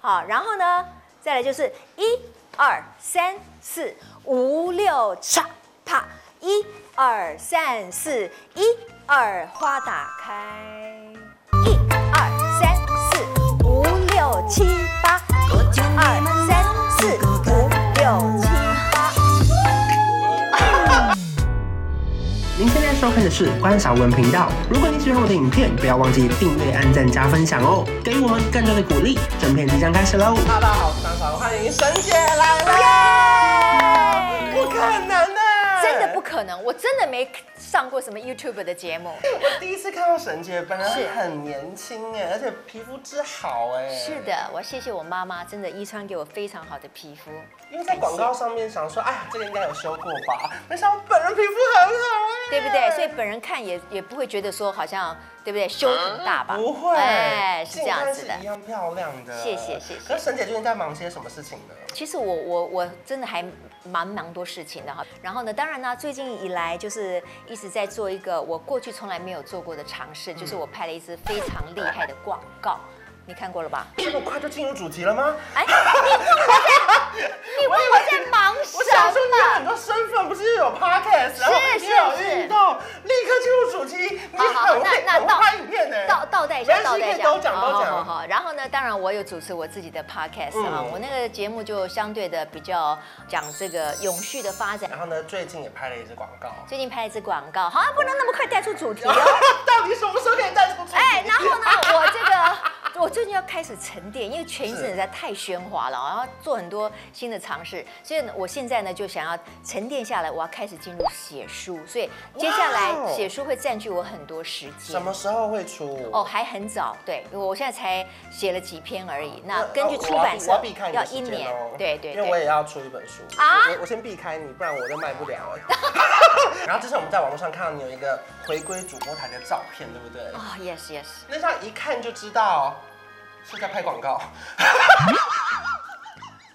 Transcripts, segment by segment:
好，然后呢，再来就是一二三四五六叉啪，一二三四一二花打开，一二三四五六七八，一二三四五六七八。您现在收看的是关少文频道。如果你喜欢我的影片，不要忘记订阅、按赞、加分享哦，给予我们更多的鼓励。正片即将开始喽！大家好，我是张少文，欢迎沈姐来了。不可能的，真的不。可能，我真的没上过什么 YouTube 的节目。我第一次看到沈姐，本来是很年轻哎，而且皮肤之好哎。是。的，我谢谢我妈妈，真的遗传给我非常好的皮肤。因为在广告上面想说，哎呀，这个应该有修过吧，没想到本人皮肤很好哎。对不对？所以本人看也也不会觉得说好像对不对修很大吧？不会，哎，是这样子竟的然是一。样漂亮的。谢谢谢谢可是沈姐最近在忙些什么事情呢？其实我我我真的还蛮蛮多事情的哈。然后呢，当然呢，最近以来就是一直在做一个我过去从来没有做过的尝嗯试，就是我拍了一支非常厉害的广告，你看过了 吧？这么快就进入主题了吗？哎，你问我在，你问我在忙我想什说你有很么？多身份，不是又有 podcast，然后是又是有运动，立刻进入主题。你好好好，很那会那很倒会拍影片呢。倒倒带一下，没倒关系带一下，可以都讲好都讲好好好。然后呢，当然我有主持我自己的 podcast 嗯啊、我那个节目就相对的比较讲这个永续的发展。然后呢，最近也拍了一支广告。 最近拍了一支广告，好像不能那么快带出主题哦。到底什么时候可以带这个主题？哎，然后呢，我这个我最近要开始沉淀，因为前一阵子实在太喧哗了，然后做很多新的尝试，所以呢我现在呢就想要沉淀下来，我要开始进入写书，所以接下来哇哦写书会占据我很多时间什。么时候会出？哦，，还很早，对，因为我现在才写了几篇而已。那啊那根据出版社我要避开你要的一时间年哦，，对对因为我对，也要出一本书啊我我先避开你，不然我就卖不了。 然后之前我们在网络上看到你有一个回归主播台的照片，对不对？哦，yes yes，那张一看就知道是在拍广告。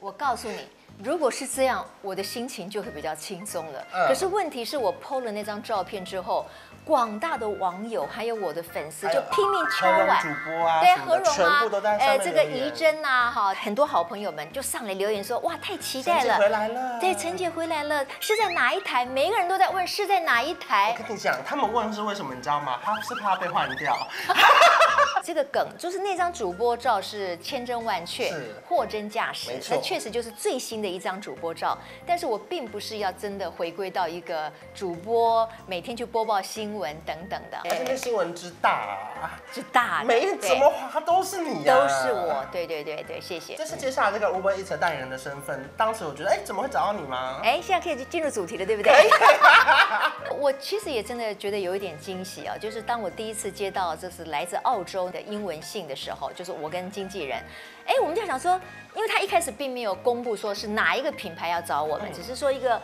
我告诉你。如果是这样，我的心情就会比较轻松了。嗯可是问题是我 PO 了那张照片之后，广大的网友还有我的粉丝哎就拼命敲何荣碗，主播啊，对什何荣么的啊，全部都在上面这个留言怡珍啊，哈，很多好朋友们就上来留言说，哇，太期陈待姐回了。来了，对，陈。姐回来了，是在哪一台？每一个人都在问是在哪一台我。跟你讲，他们问是为什么，你知道吗？他是怕被换掉。这个梗就是那张主播照是千真万确是、货真价实没，错那确实就是最新的一张主播照。但是我并不是要真的回归到一个主播每天去播报新闻等等的，而且那新闻之大啊，是大的，每对怎哎么划都是你啊，都是我，。对对对对，谢谢这。是接下来这个 Uber Eats 的代言人的身份，当时我觉得，哎，怎么会找到你吗？哎，现在可以进入主题了，对不对？ 我其实也真的觉得有一点惊喜啊，就是当我第一次接到这是来自澳洲的英文信的时候，就是我跟经纪人，哎，我们就想说，因为他一开始并没有公布说是哪一个品牌要找我们，只是说一个。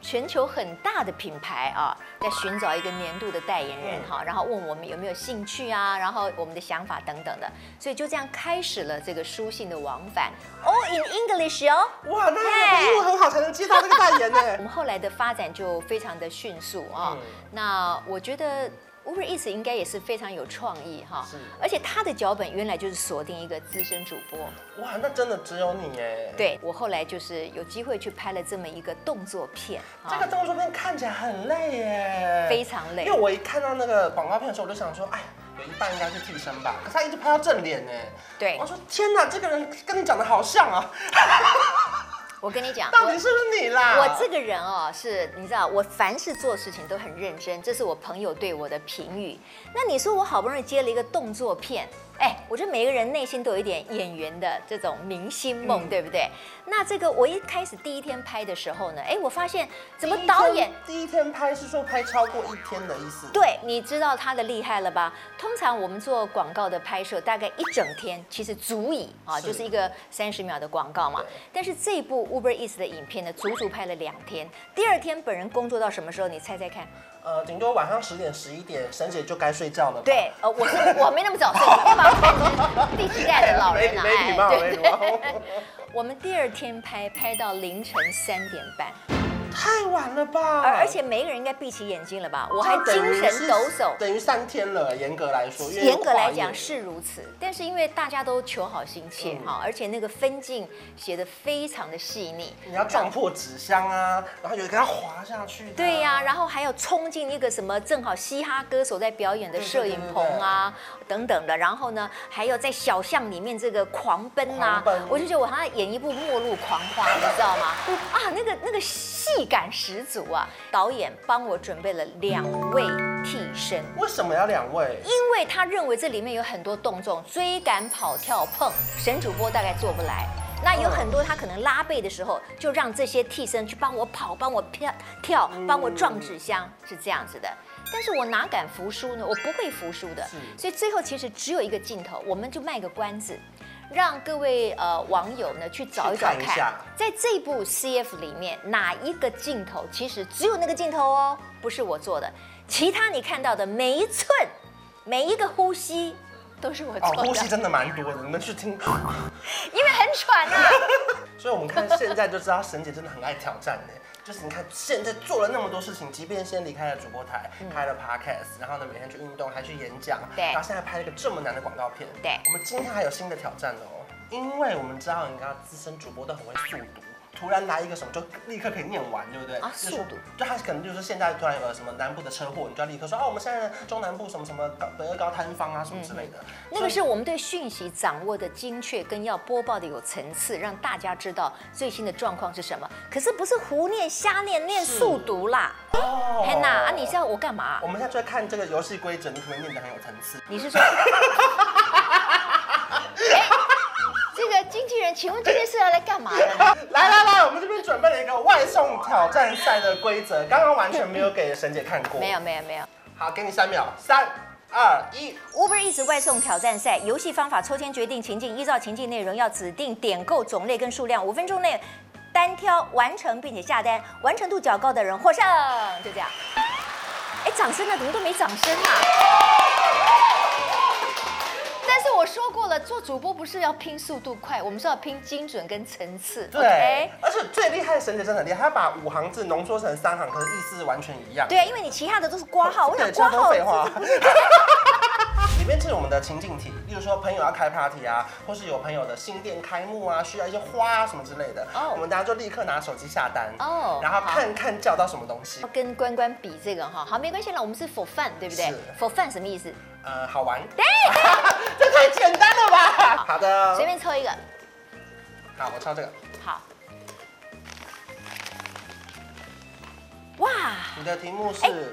全球很大的品牌啊，在寻找一个年度的代言人哈，然后问我们有没有兴趣啊，然后我们的想法等等的，所以就这样开始了这个书信的往返，all in English 哦。哇，那英文很好才能接到这个代言我 呢。们后来的发展就非常的迅速啊、嗯那我觉得 Uber Eats 应该也是非常有创意哈、是而且他的脚本原来就是锁定一个资深主播。哇，那真的只有你哎。，对我后来就是有机会去拍了这么一个动作片啊、这个动作片看起来很累耶，非常累因为我一看到那个广告片的时候，我就想说，哎，有一半应该是替身吧，可是他一直拍到正脸呢。对我，说天哪，这个人跟你长得好像啊，我跟你讲，到我底是不是你啦？我这个人哦，是你知道，我凡是做事情都很认真，这是我朋友对我的评语。那你说我好不容易接了一个动作片，哎，我觉得每个人内心都有一点演员的这种明星梦，嗯对不对？那这个我一开始第一天拍的时候呢，哎，我发现怎么导演第一天拍是说拍超过一天的意思，对，你知道他的厉害了吧？通常我们做广告的拍摄，大概一整天其实足以啊，是就是一个三十秒的广告嘛对。但是这部 Uber Eats 的影片呢，足足拍了两天。第二天本人工作到什么时候？你猜猜看？呃，顶多晚上十点、十一点，沈姐就该睡觉了吧。对，呃，我是我没那么早睡，你干嘛要变成第几代的老人啊？没没礼貌，哎没礼貌。我们第二天拍，拍到凌晨三点半。 太晚了吧？而而且每一个人应该闭起眼睛了吧？我还这精样等于神是抖擞。等于三天了。严格来说，因为严格来跨讲夜是如此，但是因为大家都求好心切嗯哈、而且那个分镜写的非常的细腻，你要撞破纸箱啊，然后有一个要滑下去。啊对呀、然后还有冲进一个什么正好嘻哈歌手在表演的摄影棚啊，等等的。然后呢，还有在小巷里面这个狂奔啊狂，奔我就觉得我好像演一部《末路狂花》，你知道吗？啊，那个那个戏感十足啊！导演帮我准备了两位替身。为什么要两位？因为他认为这里面有很多动作，追赶、跑、跳、碰，神主播大概做不来。那有很多他可能拉背的时候，就让这些替身去帮我跑、帮我跳、跳、帮我撞纸箱，是这样子的。但是我哪敢服输呢？我不会服输的。是所以最后其实只有一个镜头，我们就卖个关子，让各位呃网友呢去找一找去看一下在这部 CF 里面，哪一个镜头其实只有那个镜头哦，不是我做的，其他你看到的每一寸、每一个呼吸都是我哦，做呼的，吸真的蛮多的，你们 去听。因为很喘 啊。所以我们看现在就知道，沈姐真的很爱挑战呢。就是你看，现在做了那么多事情，即便先离开了主播台，开了 podcast，然后呢每天去运动，还去演讲，嗯对然后现在拍了一个这么难的广告片，对我们今天还有新的挑战哦，因为我们知道人家资深主播都很会速读。突然来一个什么就立刻可以念完，对不对？啊就是速读就他可能就是现在突然有个什么南部的车祸，你就要立刻说哦，我们现在中南部什么什么高北二高摊方啊什么之类的。嗯那个是我们对讯息掌握的精确，跟要播报的有层次，让大家知道最新的状况是什么。可是不是胡念瞎念念速读啦，哦天呐，啊，你是要我干嘛我？们现在就在看这个游戏规则，你可能念得很有层次。你是说？ 哎这个经纪人，请问今天是要来干嘛的 呢？来来来，我们这边准备了一个外送挑战赛的规则，刚刚完全没有给沈姐看过。没有，。没有，没有。好，给你三秒，三二一。 Uber Eats 外送挑战赛游戏方法抽签决定情境，依照情境内容要指定点购种类跟数量，五分钟内单挑完成并且下单，完成度较高的人获胜，就这样。哎，掌声呢？怎么都没掌声啊？但是我说过了，做主播不是要拼速度快，我们是要拼精准跟层次。对 OK 而且最厉害的沈姐真的很厉害，她把五行字浓缩成三行，可是意思完全一样。对啊，因为你其他的都是挂号，我想对，挂这都号废话。 里面是我们的情境题，例如说朋友要开 party 啊，或是有朋友的新店开幕啊，需要一些花啊什么之类的。哦我们大家就立刻拿手机下单。哦然后好看看叫到什么东西要。跟关关比这个哈，好，没关系啦，我们是 for fun，对不对是？for fun 什么意思？呃，好玩。 这太简单了吧？好的，随便抽一个，好，我抽这个。好。哇，你的题目哎是，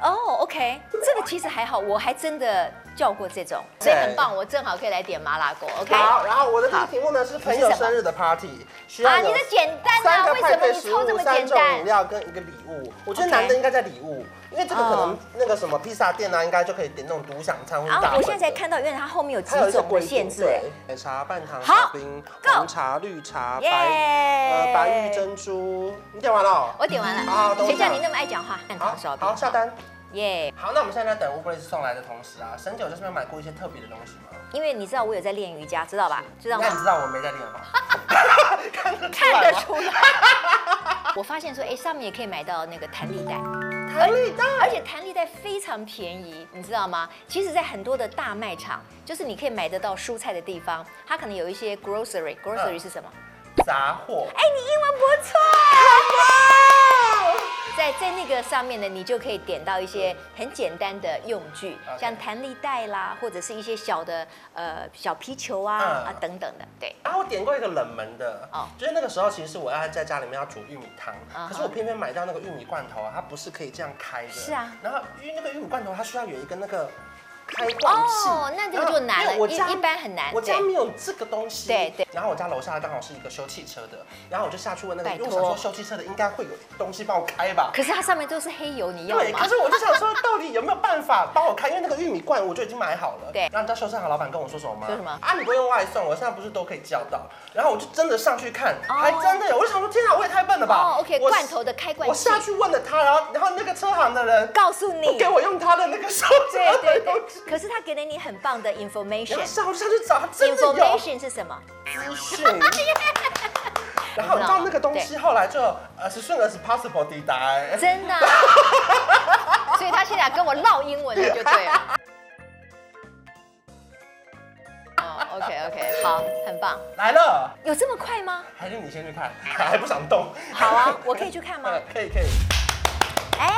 哦，OK，这个其实还好，我还真的叫过这种，所以对很棒，我正好可以来点麻辣锅，OK。好，然后我的这好个题目呢是朋友生日的 party，需要啊，有你的简单三啊，个为派什么对你食抽这物、么三简种饮单？料跟一个礼物。我觉得 OK 男的应该在礼物，因为这个可哦能那个什么披萨店啊，应该就可以点那种独享餐或者然大后份我的现在才。看到，原来它后面有几它有一些种规的定限制，对奶茶、半糖、好小冰、 go 红茶、绿茶、耶白呃白玉珍珠。你点完了哦？我点完好了，等我一谁下叫你那么爱讲话？蛋好糖烧，饼，好下单。耶！好，那我们现在在等 Uber Eats 送来的同时啊，沈姐有在上面买过一些特别的东西吗？因为你知道我有在练瑜伽，知道吧？知道那你吗？知道我没在 练吗？看得出看来得吗？出来。 我发现说，哎，上面也可以买到那个弹力带，弹力带而且弹力带非常便宜，你知道吗？其实，在很多的大卖场，就是你可以买得到蔬菜的地方，它可能有一些 grocery，grocery 嗯是什么？杂货。哎，你英文不错。在在那个上面呢，你就可以点到一些很简单的用具， OK 像弹力带啦，或者是一些小的呃小皮球啊、嗯啊等等的，对。然后我点过一个冷门的，哦就是那个时候其实是我要在家里面要煮玉米汤啊哈可是我偏偏买到那个玉米罐头啊，它不是可以这样开的，是啊，然后因为那个玉米罐头它需要有一个那个开罐器，哦，那这个就难然了，后因为我家一一般很难。我对。家没有这个东西，对对。然后我家楼下刚好是一个修汽车的，然后我就下去问那个，拜因为托我想说修汽车的应该会有东西帮我开吧。可是它上面都是黑油，你要对，吗可？是我就想说， 到底有没有办法帮我开？因为那个玉米罐我就已经买好了。对然后你知道修缮行老板跟我说什么吗？说什么啊，你不用外送，我现在不是都可以叫到？然后我就真的上去看，哦还真的有。我就想说，天啊，我也太笨了吧！哦，OK，我罐头的开罐我器下，去问了他，然后然后那个车行的人告诉不你。给我用他的那个手机对的对东对西。，可是他给了你很棒的 然后 information。下我就上去找，他真的有 information 是什么？资讯。 然后你知我道知道那个东西后来就呃是顺而是 possible 抵达哎、真 的啊、所以他现在跟我唠英文的就对 了。哦，OK OK，好，很棒。来了，有这么快吗？还是你先去看， 还不想动。好啊，我可以去看吗？嗯 可以可以。哎，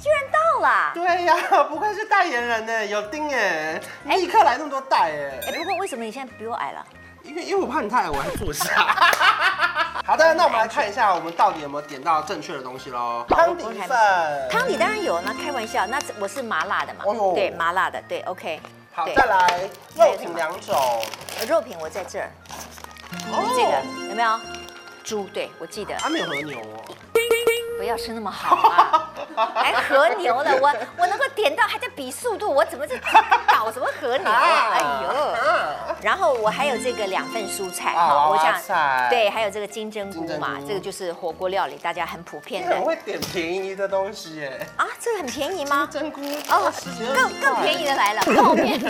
居然到了！对呀，不愧是代言人呢，有丁哎，立刻来那么多代哎，哎，不过为什么你现在比我矮了？因为因为我怕你太矮，我还坐下。 好的，那我们来看一下我们到底有没有点到正确的东西喽。好汤底我还粉，汤底当然有，那开玩笑，那我是麻辣的嘛哦哟，对，麻辣的，对，OK，好，对再来还有肉什品么两种。肉品我在这儿，哦这个有没有？猪，对我记得，它没有和 牛哦。不要吃那么好啊，还和牛了， 我我能够点到还在比速度，我怎么是搞什么和牛啊？哎呦！呦，然后我还有这个两份蔬菜，啊哈，我娃娃想菜对，还有这个金针菇金针嘛，菇这个就是火锅料理大家很普你遍的很会点便宜的东西耶，啊，这个很便宜吗？珍菇哦哦，十几，更更便宜的来了，更便宜。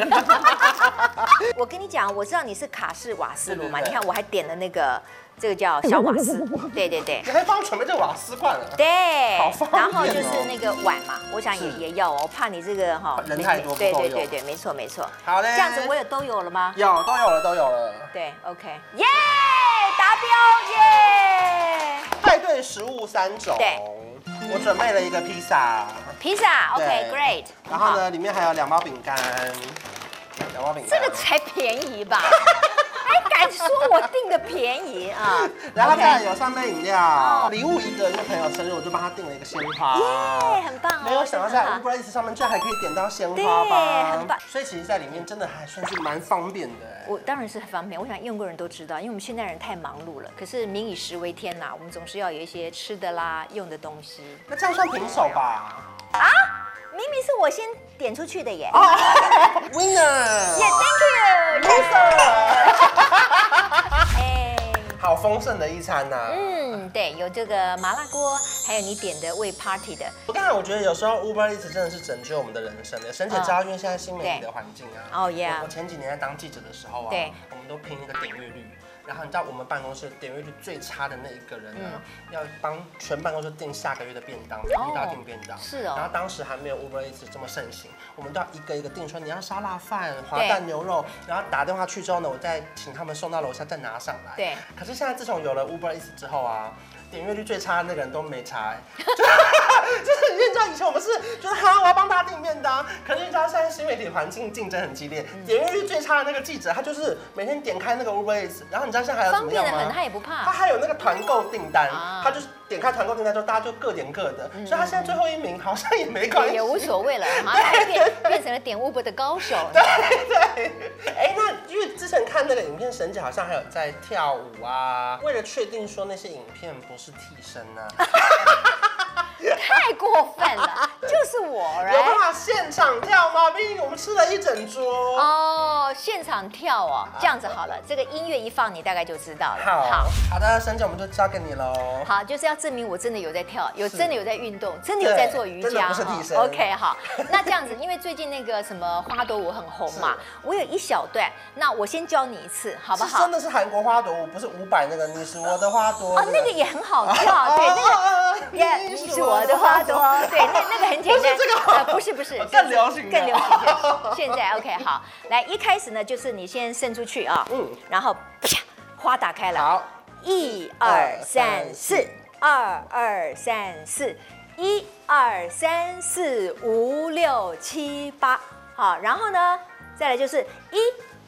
我跟你讲，我知道你是卡式瓦斯炉嘛，对对对你看我还点了那个，这个叫小瓦斯，对对对你。还帮我准备这瓦斯罐啊了。对好方，便然哦后就是那个碗嘛，我想也是也要哦，我怕你这个哈人太多对不够对用对对，没错没错。好嘞这样子我也都有了吗？有都有了，都有了。对，OK，耶，达标耶！派对食物三种。对我准备了一个披萨，披萨对，OK，Great。然后好？呢，里面还有两包饼干，两包饼这干。个才便宜 吧？还敢说我订的便宜啊？然后 OK 再有三杯饮料哦，礼物一个，因为朋友生日，我就帮他订了一个鲜花。耶，很棒哦！没有想到真的在很 Uber Eats 上面居然还可以点到鲜花对吧？很棒所以其实，在里面真的还算是蛮方便的欸。我当然是很方便，我想用过人都知道，因为我们现代人太忙碌了。可是民以食为天呐、我们总是要有一些吃的啦、用的东西。那这样算平手吧？明明是我先点出去的耶！哦，winner，耶、t h a n k you，哎， 好丰盛的一餐呐、嗯，对，有这个麻辣锅，还有你点的为 party 的我刚才我觉得有时候 Uber Eats 真的是拯救我们的人生的。沈姐知道，因为现在新媒体的环境啊，哦，yeah 我我前几年在当记者的时候啊，对我们都拼那个点阅率。然后你知道我们办公室点阅率最差的那一个人嗯呢，要帮全办公室订下个月的便当，每天都要订便当。哦是哦然后当时还没有 Uber Eats 这么盛行，我们都要一个一个订，说你要沙拉饭、滑蛋牛肉，然后打电话去之后呢，我再请他们送到楼下再拿上来。对。可是现在自从有了 Uber Eats 之后啊，点阅率最差的那个人都 没差、欸。 就是你知道以前我们是就是哈，我要帮大家订便当，可是你知道现在新媒体环境竞争很激烈，嗯点阅率最差的那个记者，他就是每天点开那个 Uber Eats，然后你知道现在还有怎方么便样的很，吗他？也不他怕。还有那个团购订单啊，嗯他就是点开团购订单之后，大家就各点各的，所以他现在最后一名好像也没关系，也无所谓了，马上变变成了点 Uber 的高 手。对，哎，那因为之前看那个影片，沈姐好像还有在跳舞啊。为了确定说那些影片不是替身呢、 啊，太过分了，就是我有办，right？法现场跳吗？毕竟我们吃了一整桌。哦，现场跳哦，这样子好了，这个音乐一放，你大概就知道了。好好的，沈姐，我们就交给你喽。好，就是要证明我真的有在跳，有是真的有在运动，真的有在做瑜真的伽。不是替身 OK，好， 那这样子，因为最近那个什么花朵舞很红嘛，我有一小段，那我先教你一次，好不是好真？的是韩国花朵舞，不是伍佰那个你是我的花朵。哦，那个也很好哦跳，对，那个。个耶，你是我的花朵。对，那那个很简单。 不是这个呃不是不是， 更流行的更流行 的。现在 OK 好，来一开始呢，就是你先伸出去啊，嗯嗯，然后啪，花打开了，好，一二三四，二二三四，一二三四五六七八，好，然后呢，再来就是一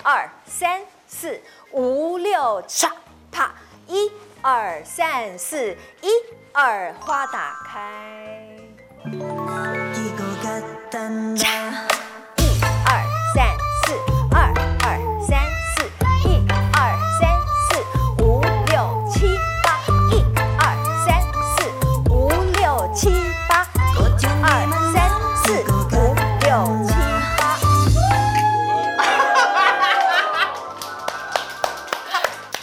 二三四五六嚓啪，一二三四，一二花打开， 이거 같단다 一二三四，二二三四，一二三四五六七八，一二三四五六七八，一二三四五六七八。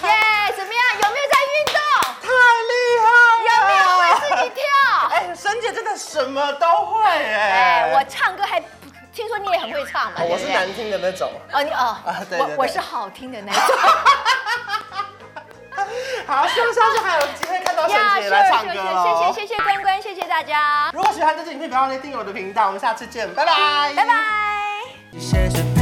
耶，怎么样？有没有在运动？太厉有害没了！有为自己跳？ 哎，沈姐真的什么都会哎哎，。我唱歌还听说你也很会唱嘛，哦对我不是对难听的那种。哦，你哦， 啊对对对我我是好听的那种。好，希望下次还有机会看到沈姐来唱歌喽。谢谢谢谢关关，谢谢大家，如果喜欢这支影片，不要忘记订阅我的频道。我们下次见，拜拜，拜。拜。写着。